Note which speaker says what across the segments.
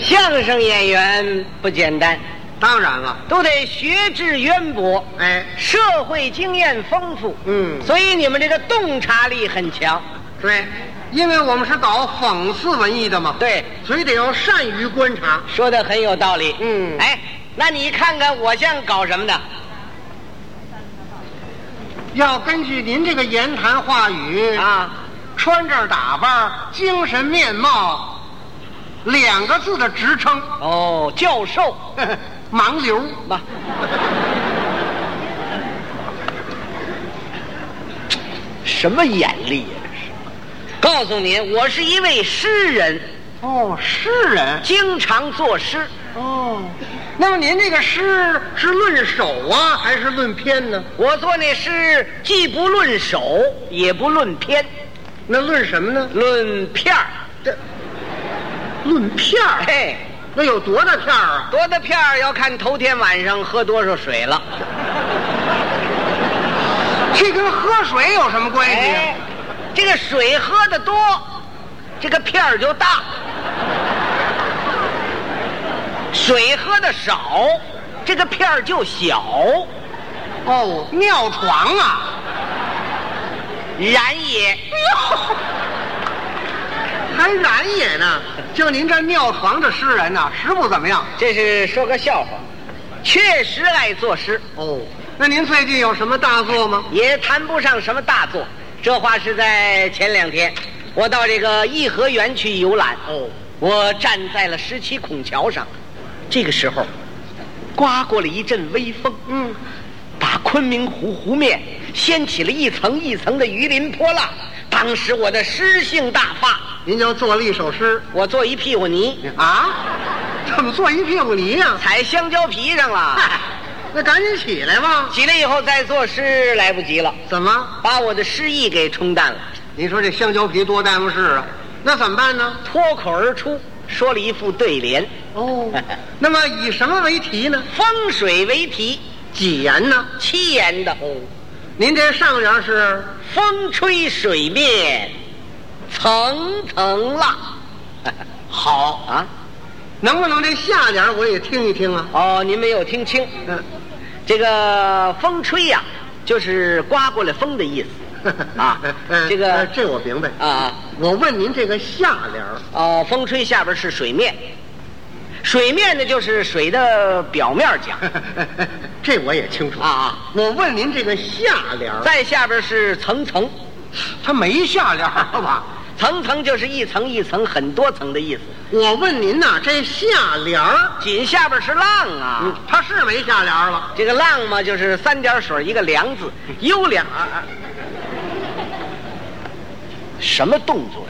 Speaker 1: 相声演员不简单，
Speaker 2: 当然了，
Speaker 1: 都得学制渊博，
Speaker 2: 哎，
Speaker 1: 社会经验丰富，
Speaker 2: 嗯
Speaker 1: 所以你们这个洞察力很强。
Speaker 2: 对，因为我们是搞讽刺文艺的嘛，，
Speaker 1: 对，
Speaker 2: 所以得要善于观察。
Speaker 1: 说的很有道理。
Speaker 2: 嗯
Speaker 1: 哎，那你看看我像搞什么的？
Speaker 2: 要根据您这个言谈话语，
Speaker 1: 啊，
Speaker 2: 穿着打扮、精神面貌，两个字的职称，
Speaker 1: 哦，教授，
Speaker 2: 呵呵盲流。
Speaker 1: 吧，什么眼力呀、这是！告诉您，我是一位诗人，
Speaker 2: 哦，诗人。
Speaker 1: 经常作诗。
Speaker 2: 哦，那么您这个诗是论首啊，还是论篇呢？
Speaker 1: 我做那诗既不论首，也不论篇，
Speaker 2: 那论什么呢？
Speaker 1: 论片儿。
Speaker 2: 这论片儿。
Speaker 1: 嘿，
Speaker 2: 那有多大片儿啊？
Speaker 1: 多大片儿要看头天晚上喝多少水了。
Speaker 2: 这跟喝水有什么关系、
Speaker 1: 哎
Speaker 2: 啊？，
Speaker 1: 这个水喝的多，这个片儿就大；水喝的少，这个片儿就小。
Speaker 2: 哦，尿床啊，
Speaker 1: 然也，
Speaker 2: 还染也呢。
Speaker 1: 哎
Speaker 2: 就您这尿床的诗人呐、诗不怎么样。
Speaker 1: 这是说个笑话，确实爱作诗，
Speaker 2: 哦，那您最近有什么大作吗？
Speaker 1: 也谈不上什么大作。这话是在前两天，我到这个颐和园去游览，
Speaker 2: 哦，
Speaker 1: 我站在了十七孔桥上，这个时候，刮过了一阵微风，
Speaker 2: 嗯，
Speaker 1: 把昆明湖湖面掀起了一层一层的鱼鳞波浪。当时我的诗性大发，
Speaker 2: 您就做了一首诗
Speaker 1: 我做一屁股泥，
Speaker 2: 啊？怎么做一屁股泥呀、
Speaker 1: 踩香蕉皮上了。
Speaker 2: 嗨，那赶紧起来吧。
Speaker 1: 起来以后再作诗来不及了，
Speaker 2: 怎么？
Speaker 1: 把我的诗意给冲淡了，
Speaker 2: 您说这香蕉皮多耽误事啊？那怎么办呢？
Speaker 1: 脱口而出说了一副对联：
Speaker 2: 哦， 那么以什么为题呢？
Speaker 1: 风水为题，
Speaker 2: 几言呢？
Speaker 1: 七言的。哦
Speaker 2: 您这上联是
Speaker 1: 风吹水面，层层浪。 好啊，
Speaker 2: 能不能这下联我也听一听啊？
Speaker 1: 哦，您没有听清，
Speaker 2: 嗯，
Speaker 1: 这个风吹呀、就是刮过来风的意思啊。
Speaker 2: 呃
Speaker 1: 这个
Speaker 2: 呃这我明白。
Speaker 1: 啊，
Speaker 2: 我问您这个下联儿
Speaker 1: 哦，风吹下边是水面，水面呢就是水的表面讲
Speaker 2: 这我也清楚
Speaker 1: 啊。啊，
Speaker 2: 我问您这个下联儿
Speaker 1: 再下边是层层，
Speaker 2: 他没下联儿了吧？
Speaker 1: 层层就是一层一层很多层的意思。
Speaker 2: 我问您呐、这下联儿
Speaker 1: 紧下边是浪啊，
Speaker 2: 嗯，他是没下联儿了。
Speaker 1: 这个浪嘛就是三点水一个梁字，
Speaker 2: 嗯
Speaker 1: 优良啊啊，什么动作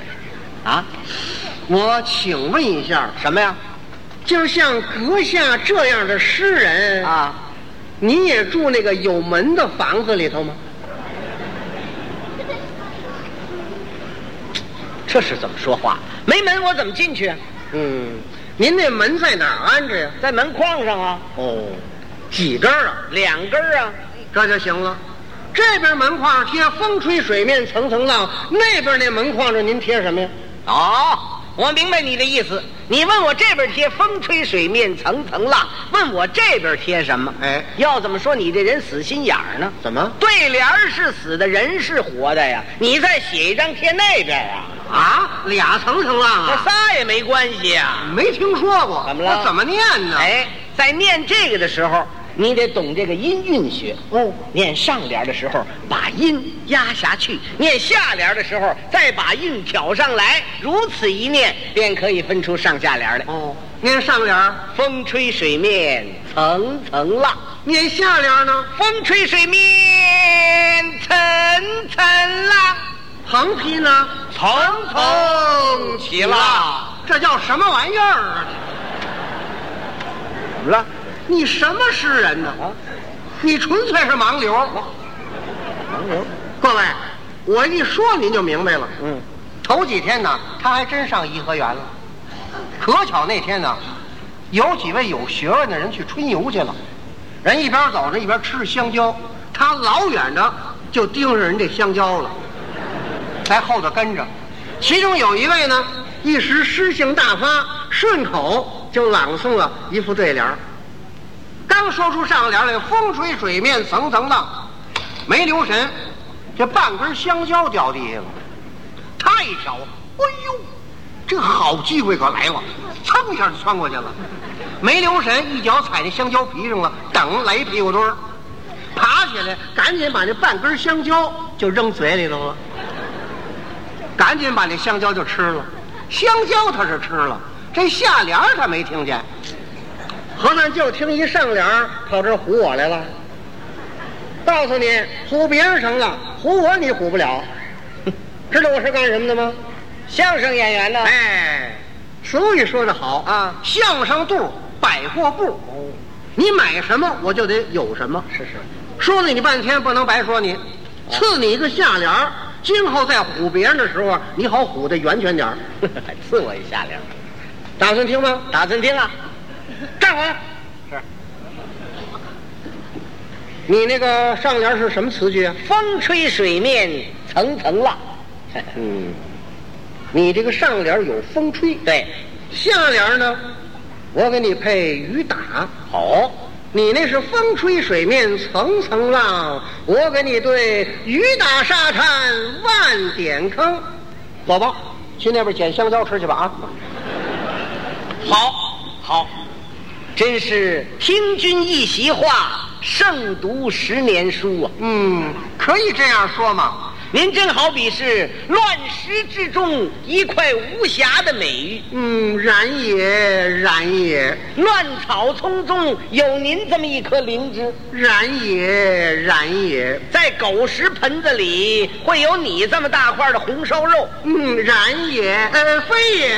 Speaker 1: 呀？啊，
Speaker 2: 我请问一下，
Speaker 1: 什么呀？
Speaker 2: 就像阁下这样的诗人，
Speaker 1: 啊，
Speaker 2: 您也住那个有门的房子里头吗？
Speaker 1: 这是怎么说话？没门我怎么进去啊？
Speaker 2: 嗯，您那门在哪儿安着呀？
Speaker 1: 在门框上啊，
Speaker 2: 哦，几根儿啊？
Speaker 1: 两根儿啊，
Speaker 2: 这就行了。这边门框贴“风吹水面层层浪”，那边那门框上您贴什么呀？
Speaker 1: 哦，我明白你的意思。你问我这边贴“风吹水面层层浪”，问我这边贴什么？
Speaker 2: 哎
Speaker 1: 要怎么说你这人死心眼儿呢？
Speaker 2: 怎么
Speaker 1: 对联儿是死的，人是活的呀。你再写一张贴那边啊，
Speaker 2: 啊？俩层层浪
Speaker 1: 这
Speaker 2: 啊？
Speaker 1: 仨也没关系呀、
Speaker 2: 没听说过，
Speaker 1: 怎么了
Speaker 2: 那怎么念呢？，
Speaker 1: 哎，在念这个的时候，你得懂这个音韵学。
Speaker 2: 哦，
Speaker 1: 念上联的时候把音压下去，念下联的时候再把韵挑上来，如此一念便可以分出上下联来。
Speaker 2: 哦，念上联儿，
Speaker 1: 风吹水面层层浪，
Speaker 2: 念下联儿呢？
Speaker 1: 风吹水面层层浪，
Speaker 2: 横批呢？
Speaker 1: 层层起浪。，
Speaker 2: 这叫什么玩意儿啊？
Speaker 1: 怎么了？
Speaker 2: 你什么诗人呢？
Speaker 1: 啊，
Speaker 2: 你纯粹是盲流。
Speaker 1: 盲流。
Speaker 2: 各位，我一说您就明白了。
Speaker 1: 嗯，
Speaker 2: 头几天呢，他还真上颐和园了。可巧那天呢，有几位有学问的人去春游去了，人一边走着一边吃着香蕉，他老远的就盯着人这香蕉了，在后头跟着。其中有一位呢，一时诗性大发，顺口就朗诵了一副对联儿刚说出上联来，风吹水面层层浪，没留神，这半根香蕉掉地下了。太巧了！哎呦，这好机会可来了，蹭一下就穿过去了，没留神一脚踩那香蕉皮上了，等来一屁股墩儿，爬起来赶紧把那半根香蕉就扔嘴里头了，赶紧把那香蕉就吃了，香蕉他是吃了，这下联儿他没听见，合上就听一上联儿跑这儿唬我来了，告诉你唬别人成了，唬我你唬不了。知道我是干什么的吗？
Speaker 1: 相声演员呢？
Speaker 2: 哎，俗语说得好
Speaker 1: 啊
Speaker 2: 相声肚，百货部。你买什么，我就得有什么。
Speaker 1: 是是，
Speaker 2: 说了你半天，不能白说你，赐你一个下联儿今后在唬别人的时候，啊你好唬得圆全点儿
Speaker 1: 还赐我一下联儿，
Speaker 2: 打算听吗？
Speaker 1: 打算听啊？
Speaker 2: 站好了。
Speaker 1: 是，
Speaker 2: 你那个上联是什么词句啊？
Speaker 1: 风吹水面层层浪。
Speaker 2: 嗯，你这个上联有风吹，
Speaker 1: 对，
Speaker 2: 下联呢，我给你配雨打。
Speaker 1: 好，
Speaker 2: 你那是风吹水面层层浪，我给你对雨打沙滩万点坑。走吧，去那边捡香蕉吃去吧啊！
Speaker 1: 好，好，真是听君一席话，胜读十年书啊！
Speaker 2: 嗯，可以这样说吗？
Speaker 1: 您真好比是乱石之中一块无瑕的美玉，
Speaker 2: 嗯，然也，然也，
Speaker 1: 乱草丛中有您这么一颗灵芝，
Speaker 2: 然也，然也，
Speaker 1: 在狗食盆子里会有你这么大块的红烧肉。
Speaker 2: 嗯，然也，呃，非也。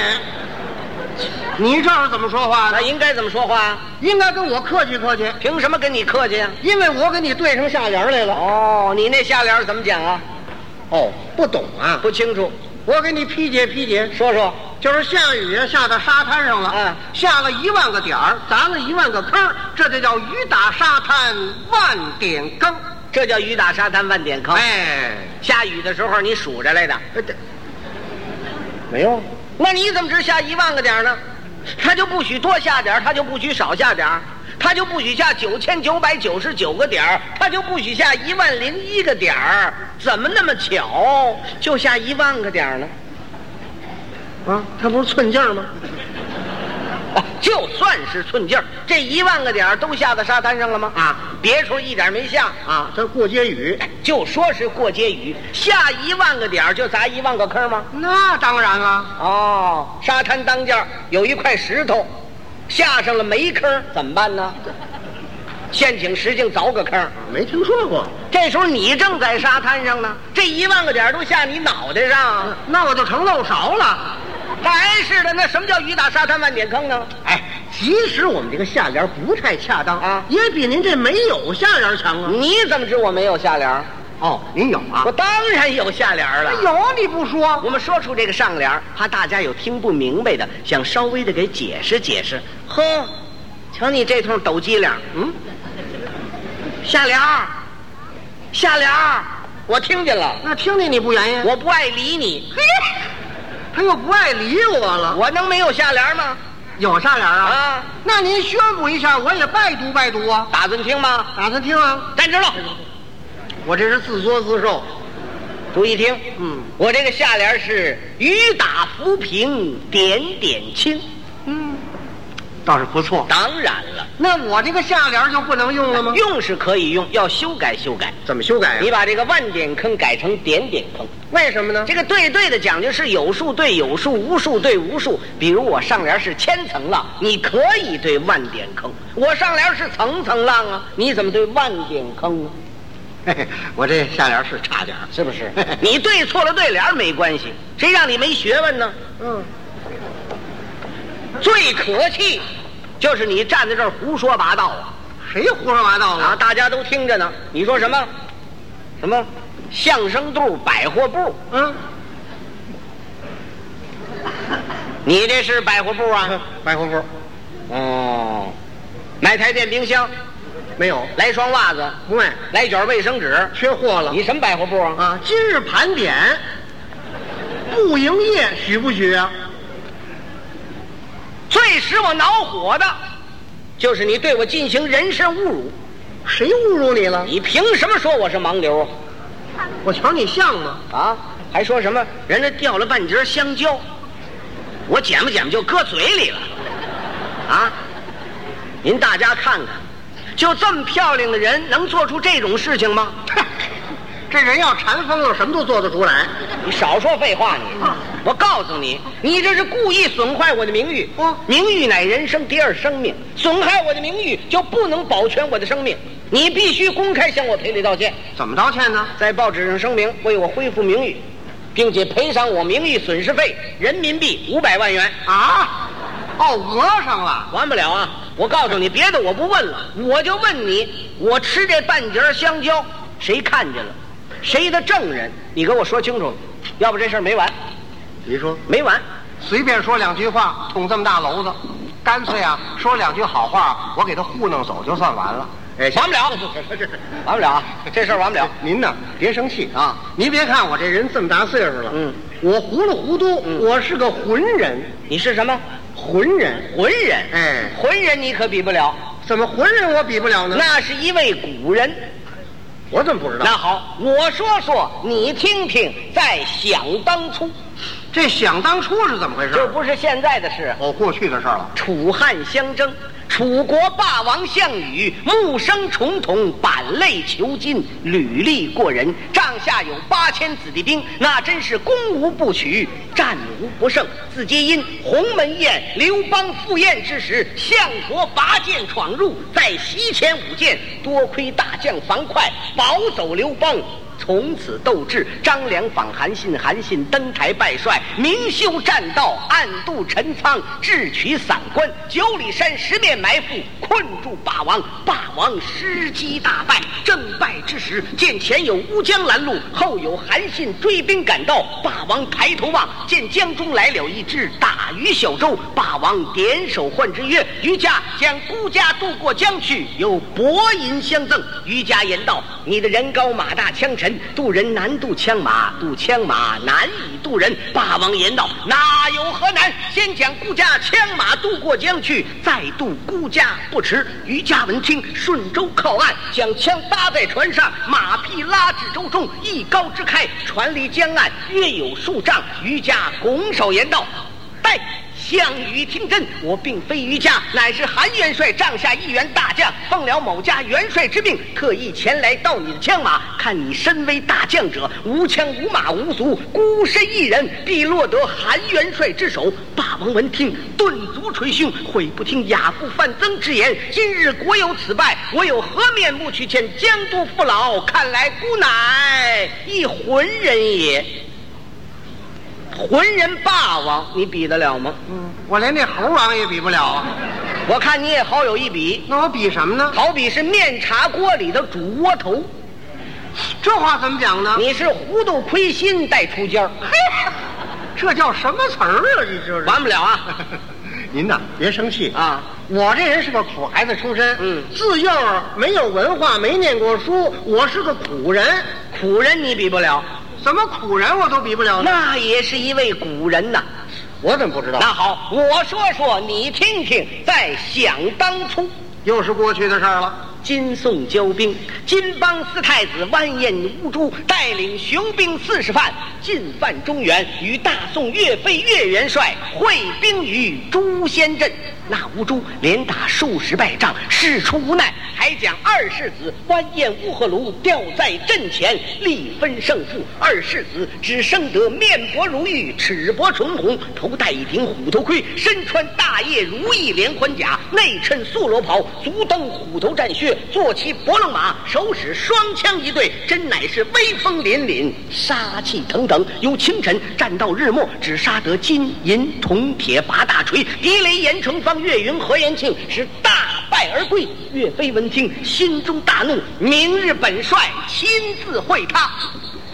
Speaker 2: 你这是怎么说话
Speaker 1: 那
Speaker 2: 的？
Speaker 1: 应该怎么说话？
Speaker 2: 应该跟我客气客气，
Speaker 1: 凭什么跟你客气啊？
Speaker 2: 因为我给你对上下联来了。
Speaker 1: 哦，你那下联怎么讲啊？
Speaker 2: 哦，不懂啊，
Speaker 1: 不清楚，
Speaker 2: 我给你批解批解。
Speaker 1: 说说。
Speaker 2: 就是下雨啊，下到沙滩上了，
Speaker 1: 嗯
Speaker 2: 下了一万个点儿，砸了一万个坑儿，这就叫雨打沙滩万点坑。
Speaker 1: 这叫雨打沙滩万点坑。，
Speaker 2: 哎，
Speaker 1: 下雨的时候你数着来的，
Speaker 2: 呃这没有，
Speaker 1: 那你怎么只下一万个点儿呢？他就不许多下点儿，他就不许少下点儿，他就不许下九千九百九十九个点儿，他就不许下一万零一个点儿，怎么那么巧就下一万个点儿呢？
Speaker 2: 啊，它不是寸劲儿吗？
Speaker 1: 啊就算是寸劲儿，这一万个点儿都下到沙滩上了吗？
Speaker 2: 啊，
Speaker 1: 别处一点儿没下，
Speaker 2: 啊，它过街雨，
Speaker 1: 就说是过街雨，下一万个点儿就砸一万个坑吗？
Speaker 2: 那当然了，
Speaker 1: 哦，沙滩当间儿有一块石头，下上了煤坑，怎么办呢？先请石镜凿个坑。
Speaker 2: 没听说过。
Speaker 1: 这时候你正在沙滩上呢，这一万个点儿都下你脑袋上，
Speaker 2: 嗯那我就成漏勺了。
Speaker 1: 还是的。那什么叫雨打沙滩万点坑呢？
Speaker 2: 哎，即使我们这个下联不太恰当
Speaker 1: 啊
Speaker 2: 也比您这没有下联强啊。
Speaker 1: 你怎么知我没有下联儿？
Speaker 2: 哦，您有啊
Speaker 1: 我？当然有下联儿了。
Speaker 2: 哎有你不说
Speaker 1: 我们说出这个上联儿，怕大家有听不明白的，想稍微的给解释解释。呵，瞧你这通抖机灵儿，
Speaker 2: 嗯，
Speaker 1: 下联儿，下联儿，我听见了，
Speaker 2: 那听见你不原因？
Speaker 1: 我不爱理你，
Speaker 2: 嘿，他又不爱理我了。
Speaker 1: 我能没有下联吗？
Speaker 2: 有下联啊？
Speaker 1: 啊，
Speaker 2: 那您宣布一下，我也拜读拜读啊。
Speaker 1: 打算听吗？
Speaker 2: 打算听啊？
Speaker 1: 站直了，
Speaker 2: 我这是自作自受。
Speaker 1: 注意听。
Speaker 2: 嗯
Speaker 1: 我这个下联是“雨打浮萍点点轻
Speaker 2: 嗯，倒是不”，错。
Speaker 1: 当然了，
Speaker 2: 那我这个下联就不能用了吗？
Speaker 1: 用是可以用，要修改修改。
Speaker 2: 怎么修改啊
Speaker 1: 你把这个万点坑改成点点坑。
Speaker 2: 为什么呢？
Speaker 1: 这个对对的讲究是有数对有数，无数对无数。比如我上联是千层浪，你可以对万点坑；我上联是层层浪啊，你怎么对万点坑啊？
Speaker 2: 嘿嘿我这下联是差点儿。
Speaker 1: 是不是？ 你对错了对联儿没关系，谁让你没学问呢？
Speaker 2: 嗯，
Speaker 1: 最可气就是你站在这儿胡说八道啊！
Speaker 2: 谁胡说八道
Speaker 1: 啊，
Speaker 2: 了？
Speaker 1: 大家都听着呢，你说什么？什么？相声肚百货部？
Speaker 2: 嗯，
Speaker 1: 你这是百货部啊？
Speaker 2: 白红夫
Speaker 1: 哦，买台电冰箱，
Speaker 2: 没有，
Speaker 1: 来双袜子，
Speaker 2: 不卖，
Speaker 1: 来卷卫生纸。
Speaker 2: 缺货了
Speaker 1: 你什么百货部啊？
Speaker 2: 啊！今日盘点，不营业许不许啊？
Speaker 1: 最使我恼火的，就是你对我进行人身侮辱。
Speaker 2: 谁侮辱你了？
Speaker 1: 你凭什么说我是盲流
Speaker 2: 我瞧你像吗？
Speaker 1: 啊？啊，还说什么人家掉了半截香蕉，我捡吧捡吧就搁嘴里了。啊，您大家看看，就这么漂亮的人，能做出这种事情吗？
Speaker 2: 这人要馋疯了，什么都做得出来。
Speaker 1: 你少说废话你！我告诉你，你这是故意损坏我的名誉。
Speaker 2: 嗯
Speaker 1: 名誉乃人生第二生命，损害我的名誉就不能保全我的生命。你必须公开向我赔礼道歉，
Speaker 2: 怎么道歉呢？
Speaker 1: 在报纸上声明为我恢复名誉，并且赔偿我名誉损失费人民币五百万元。
Speaker 2: 啊，哦，讹上了。
Speaker 1: 完不了啊！我告诉你，别的我不问了，我就问你，我吃这半截香蕉，谁看见了？谁的证人？你给我说清楚，要不这事儿没完，
Speaker 2: 你说，
Speaker 1: 没完。
Speaker 2: 随便说两句话，捅这么大娄子，干脆啊，说两句好话，我给他糊弄走就算完了。哎
Speaker 1: 完不了，完不了， 这事儿完不了。
Speaker 2: 您呢，别生气啊！您别看我这人这么大岁数了，
Speaker 1: 嗯，
Speaker 2: 我糊里糊涂，我是个浑人，
Speaker 1: 你是什么？
Speaker 2: 浑人，
Speaker 1: 浑人，
Speaker 2: 哎
Speaker 1: 浑人你可比不了，
Speaker 2: 怎么浑人我比不了呢？
Speaker 1: 那是一位古人。
Speaker 2: 我怎么不知
Speaker 1: 那好，我说说，你听听，在想当初，
Speaker 2: 这想当初是怎么回
Speaker 1: 这
Speaker 2: 事？
Speaker 1: 不是现在的事啊。
Speaker 2: 哦，过去的事儿了。
Speaker 1: 楚汉相争，楚国霸王项羽目生重瞳，板肋求金，履历过人。帐下有八千子弟兵，那真是攻无不取，战无不胜。自皆因鸿门宴、刘邦赴宴之时，项驼拔剑闯入，在席前舞剑，多亏大将樊哙保走刘邦。从此斗志，张良访韩信，韩信登台拜帅，明修栈道，暗度陈仓，智取散关，九里山十面埋伏，困住霸王，霸王失机大败。正败之时，见前有乌江拦路，后有韩信追兵赶到，霸王抬头望，见江中来了一只大鱼小舟，霸王点首唤之曰：“渔家将孤家渡过江去，有薄银相赠。”渔家言道：“你的人高马大枪沉，渡人难渡枪马，渡枪马难以渡人。”霸王言道：“哪有何难？先讲孤家枪马渡过江去，再渡孤家不迟。”渔家闻听，顺舟靠岸，将枪搭在船上，马匹拉至舟中，一高支开，船离江岸约有数丈。渔家拱手言道：“待。”项羽听真，我并非瑜家，乃是韩元帅帐下一员大将，奉了某家元帅之命，特意前来盗你的枪马。看你身为大将者，无枪无马无足，孤身一人，必落得韩元帅之手。霸王闻听，顿足捶胸，悔不听亚父范增之言。今日国有此败，我有何面目去见江都父老？看来孤乃一浑人也。浑人霸王，你比得了吗？
Speaker 2: 我连那猴王也比不了啊！
Speaker 1: 我看你也好有一比，
Speaker 2: 那我比什么呢？
Speaker 1: 好比是面茶锅里的煮窝头，
Speaker 2: 这话怎么讲呢？
Speaker 1: 你是糊涂亏心带出尖儿，
Speaker 2: 这叫什么词儿啊？你这是
Speaker 1: 完不了啊！
Speaker 2: 您呐，别生气
Speaker 1: 啊！
Speaker 2: 我这人是个苦孩子出身，
Speaker 1: 嗯
Speaker 2: 自幼儿没有文化，没念过书，我是个苦人，
Speaker 1: 苦人你比不了，
Speaker 2: 什么苦人我都比不了呢。
Speaker 1: 那也是一位古人呐。
Speaker 2: 我怎么不知道
Speaker 1: 那好，我说说你听听，在想当初。
Speaker 2: 又是过去的事儿了。
Speaker 1: 金宋交兵，金邦四太子完颜兀术带领雄兵四十万进犯中原，与大宋岳飞岳元帅会兵于朱仙镇。那兀术连打数十败仗，事出无奈，还将二世子完颜乌合卢吊在阵前，力分胜负。二世子只生得面薄如玉，齿薄唇红，头戴一顶虎头盔，身穿大叶如意连环甲，内衬素罗袍，足蹬虎头战靴，坐骑伯龙马，手使双枪一对，真乃是威风凛凛，杀气腾腾。由清晨战到日暮，只杀得金银铜铁八大锤，狄雷、严成方、岳云、何延庆是大败而归。岳飞闻听，心中大怒，明日本帅亲自会他。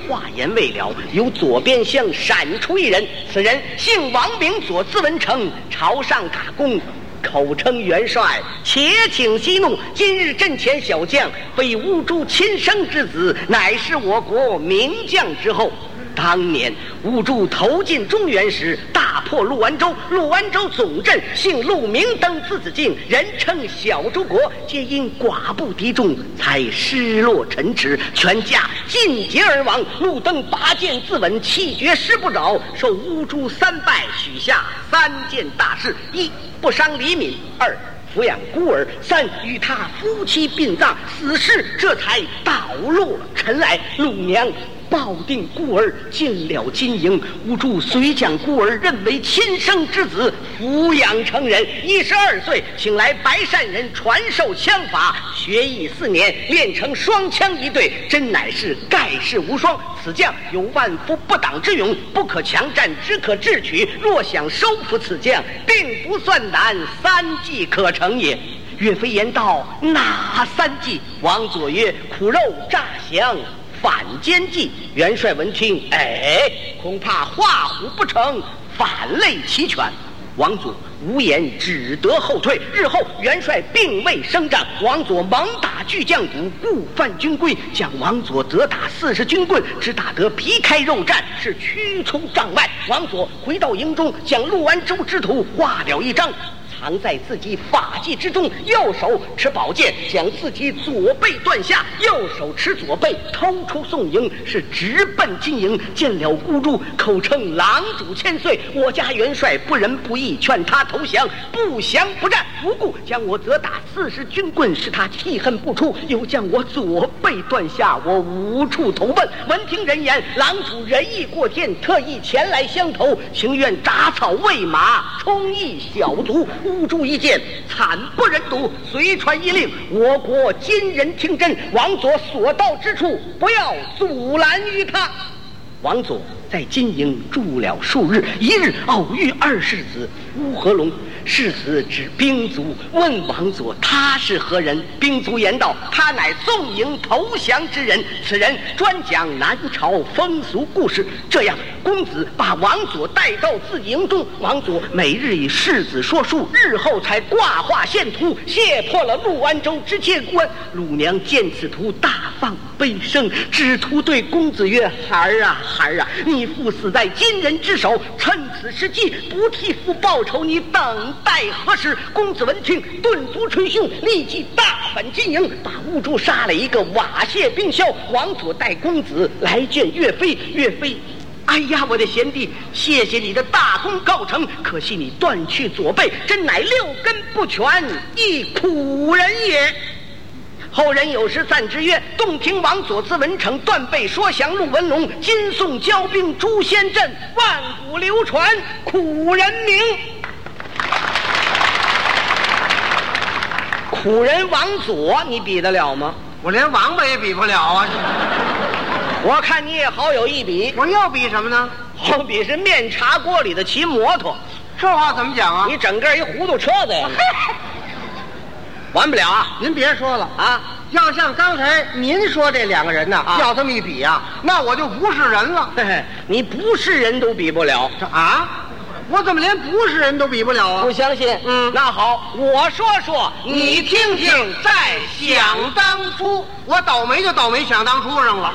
Speaker 1: 话言未了，由左边厢闪出一人，此人姓王，名左，字文成，朝上打工。口称元帅，且请息怒。今日阵前小将，非乌珠亲生之子，乃是我国名将之后。当年兀术投进中原时，大破陆安州，陆安州总镇姓陆，名登，字子敬，人称小诸国，皆因寡不敌众，才失落陈池，全家尽节而亡。陆登拔剑自刎，气绝师不爪，受乌珠三拜，许下三件大事：一不伤李敏，二抚养孤儿，三与他夫妻殡葬，死事这才倒落了尘埃。陆娘抱定孤儿进了金营，吴柱遂将孤儿认为亲生之子，抚养成人。一十二岁，请来白善人传授枪法，学艺四年，练成双枪一对，真乃是盖世无双。此将有万夫不挡之勇，不可强战，只可智取。若想收服此将，并不算难，三计可成也。岳飞言道：“哪三计？”王佐曰：“苦肉诈降。”反间计，元帅闻听，哎，恐怕画虎不成，反类齐全。王佐无言，只得后退。日后元帅并未升帐，王佐忙打巨将鼓，故犯军规，将王佐责打四十军棍，只打得皮开肉绽，是驱出帐外。王佐回到营中，将陆安州之图画了一张。藏在自己发髻之中，右手持宝剑，将自己左背断下；右手持左背，偷出宋营，是直奔金营。见了孤注，口称狼主千岁，我家元帅不仁不义，劝他投降，不降不战，无故将我责打四十军棍，使他气恨不出。又将我左背断下，我无处投奔。闻听人言，狼主仁义过天，特意前来相投，情愿铡草喂马，充役小卒。乌珠一见，惨不忍睹。随传一令，我国今人听真，王佐所到之处，不要阻拦于他。王佐在金营住了数日，一日偶遇二世子乌合龙，世子指兵卒问王佐他是何人，兵卒言道：他乃宋营投降之人，此人专讲南朝风俗故事。这样，公子把王佐带到自己营中，王佐每日以世子说书，日后才挂画献图，卸破了陆安州知县官。鲁娘见此图，大放悲声，只图对公子曰：“孩儿啊，孩儿啊，你父死在金人之手，趁此时机不替父报仇，你等待何时？”公子闻听，顿足捶胸，立即大反金营，把兀术杀了一个瓦解冰消。王佐带公子来见岳飞，岳飞。哎呀，我的贤弟，谢谢你的大功告成，可惜你断去左背，真乃六根不全，一苦人也。后人有诗赞之曰：“洞庭王佐自文成，断背说降陆文龙，今宋骄兵诛仙阵，万古流传苦人名。”苦人王佐，你比得了吗？
Speaker 2: 我连王八也比不了啊！
Speaker 1: 我看你也好有一比，
Speaker 2: 我要比什么呢？
Speaker 1: 好比是面茶锅里的骑摩托，
Speaker 2: 这话怎么讲啊？
Speaker 1: 你整个一糊涂车子呀， 完不了啊！
Speaker 2: 您别说了啊！
Speaker 1: 啊，
Speaker 2: 要像刚才您说这两个人呢，
Speaker 1: 啊
Speaker 2: 要这么一比啊，那我就不是人了。
Speaker 1: 嘿嘿，你不是人都比不了。
Speaker 2: 这啊，我怎么连不是人都比不了啊
Speaker 1: 不？相信？
Speaker 2: 嗯
Speaker 1: 那好，我说说，你听听。
Speaker 2: 再想当初，我倒霉就倒霉想当初上了。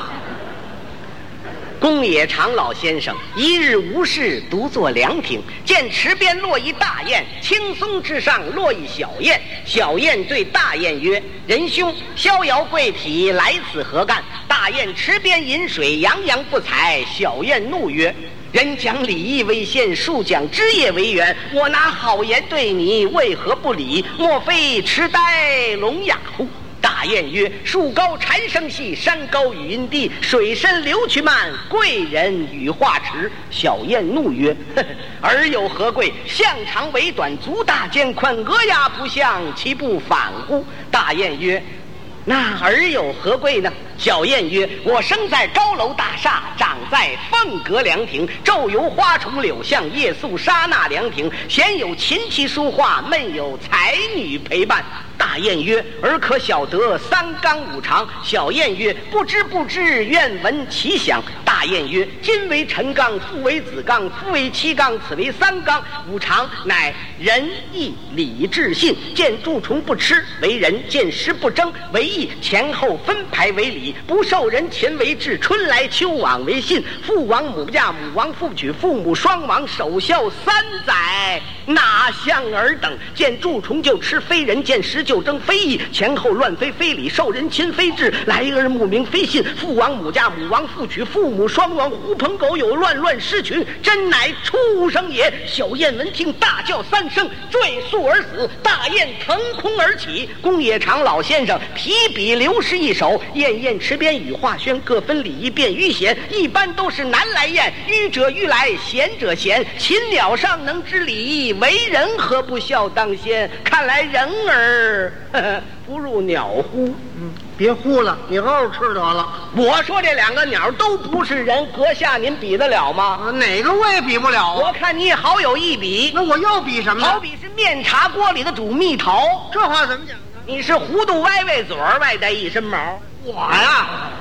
Speaker 1: 公冶长老先生一日无事，独坐凉亭，见池边落一大雁，青松之上落一小雁。小雁对大雁曰：“仁兄，逍遥贵体，来此何干？”大雁池边饮水，洋洋不采。小雁怒曰：人讲礼义为先，树讲枝叶为源。我拿好言对你，为何不理？莫非痴呆聋哑乎？大雁曰：“树高蝉声细，山高语音低。水深流渠慢，贵人语化迟。”小雁怒曰：“ 呵呵尔有何贵？项长尾短，足大肩宽，鹅鸭不向，其不反乎？”大雁曰：那儿有何贵呢？小燕曰：“我生在高楼大厦，长在凤阁凉亭，昼游花重柳巷，夜宿沙那凉亭。闲有琴棋书画，闷有才女陪伴。”大雁曰：“尔可晓得三纲五常？”小燕曰：“不知不知，愿闻其详。”大谚曰：“今为辰纲，父为子纲，夫为妻纲，此为三纲。五常乃仁义礼智信。见蛀虫不吃为仁，见食不争为义。前后分排为礼，不受人前为智，春来秋往为信。父亡母不嫁，母亡父娶，父母双亡，守孝三载，哪像尔等？见蛀虫就吃非人，见食就争非义，前后乱非非礼，受人亲非智，来而慕名非信。父亡母嫁，母亡父娶，父母双亡，狐朋狗友，乱乱失群，真乃畜生也。小燕闻听，大叫三声，坠树而死。大雁腾空而起。公冶长老先生提笔留诗一首：燕燕池边雨化轩，各分礼仪便于贤。一般都是南来燕，迂者迂来，闲者闲。禽鸟尚能知礼，为人何不孝当先？看来人儿 呵呵不入鸟乎？
Speaker 2: 别呼了，你好好吃得了。
Speaker 1: 我说这两个鸟都不是人，阁下您比得了吗？
Speaker 2: 啊哪个我也比不了啊。
Speaker 1: 我看你好有一比，
Speaker 2: 那我又比什么呢？
Speaker 1: 好比是面茶锅里的煮蜜桃，
Speaker 2: 这话怎么讲呢？
Speaker 1: 你是糊涂歪歪嘴儿，外带一身毛。
Speaker 2: 我呀，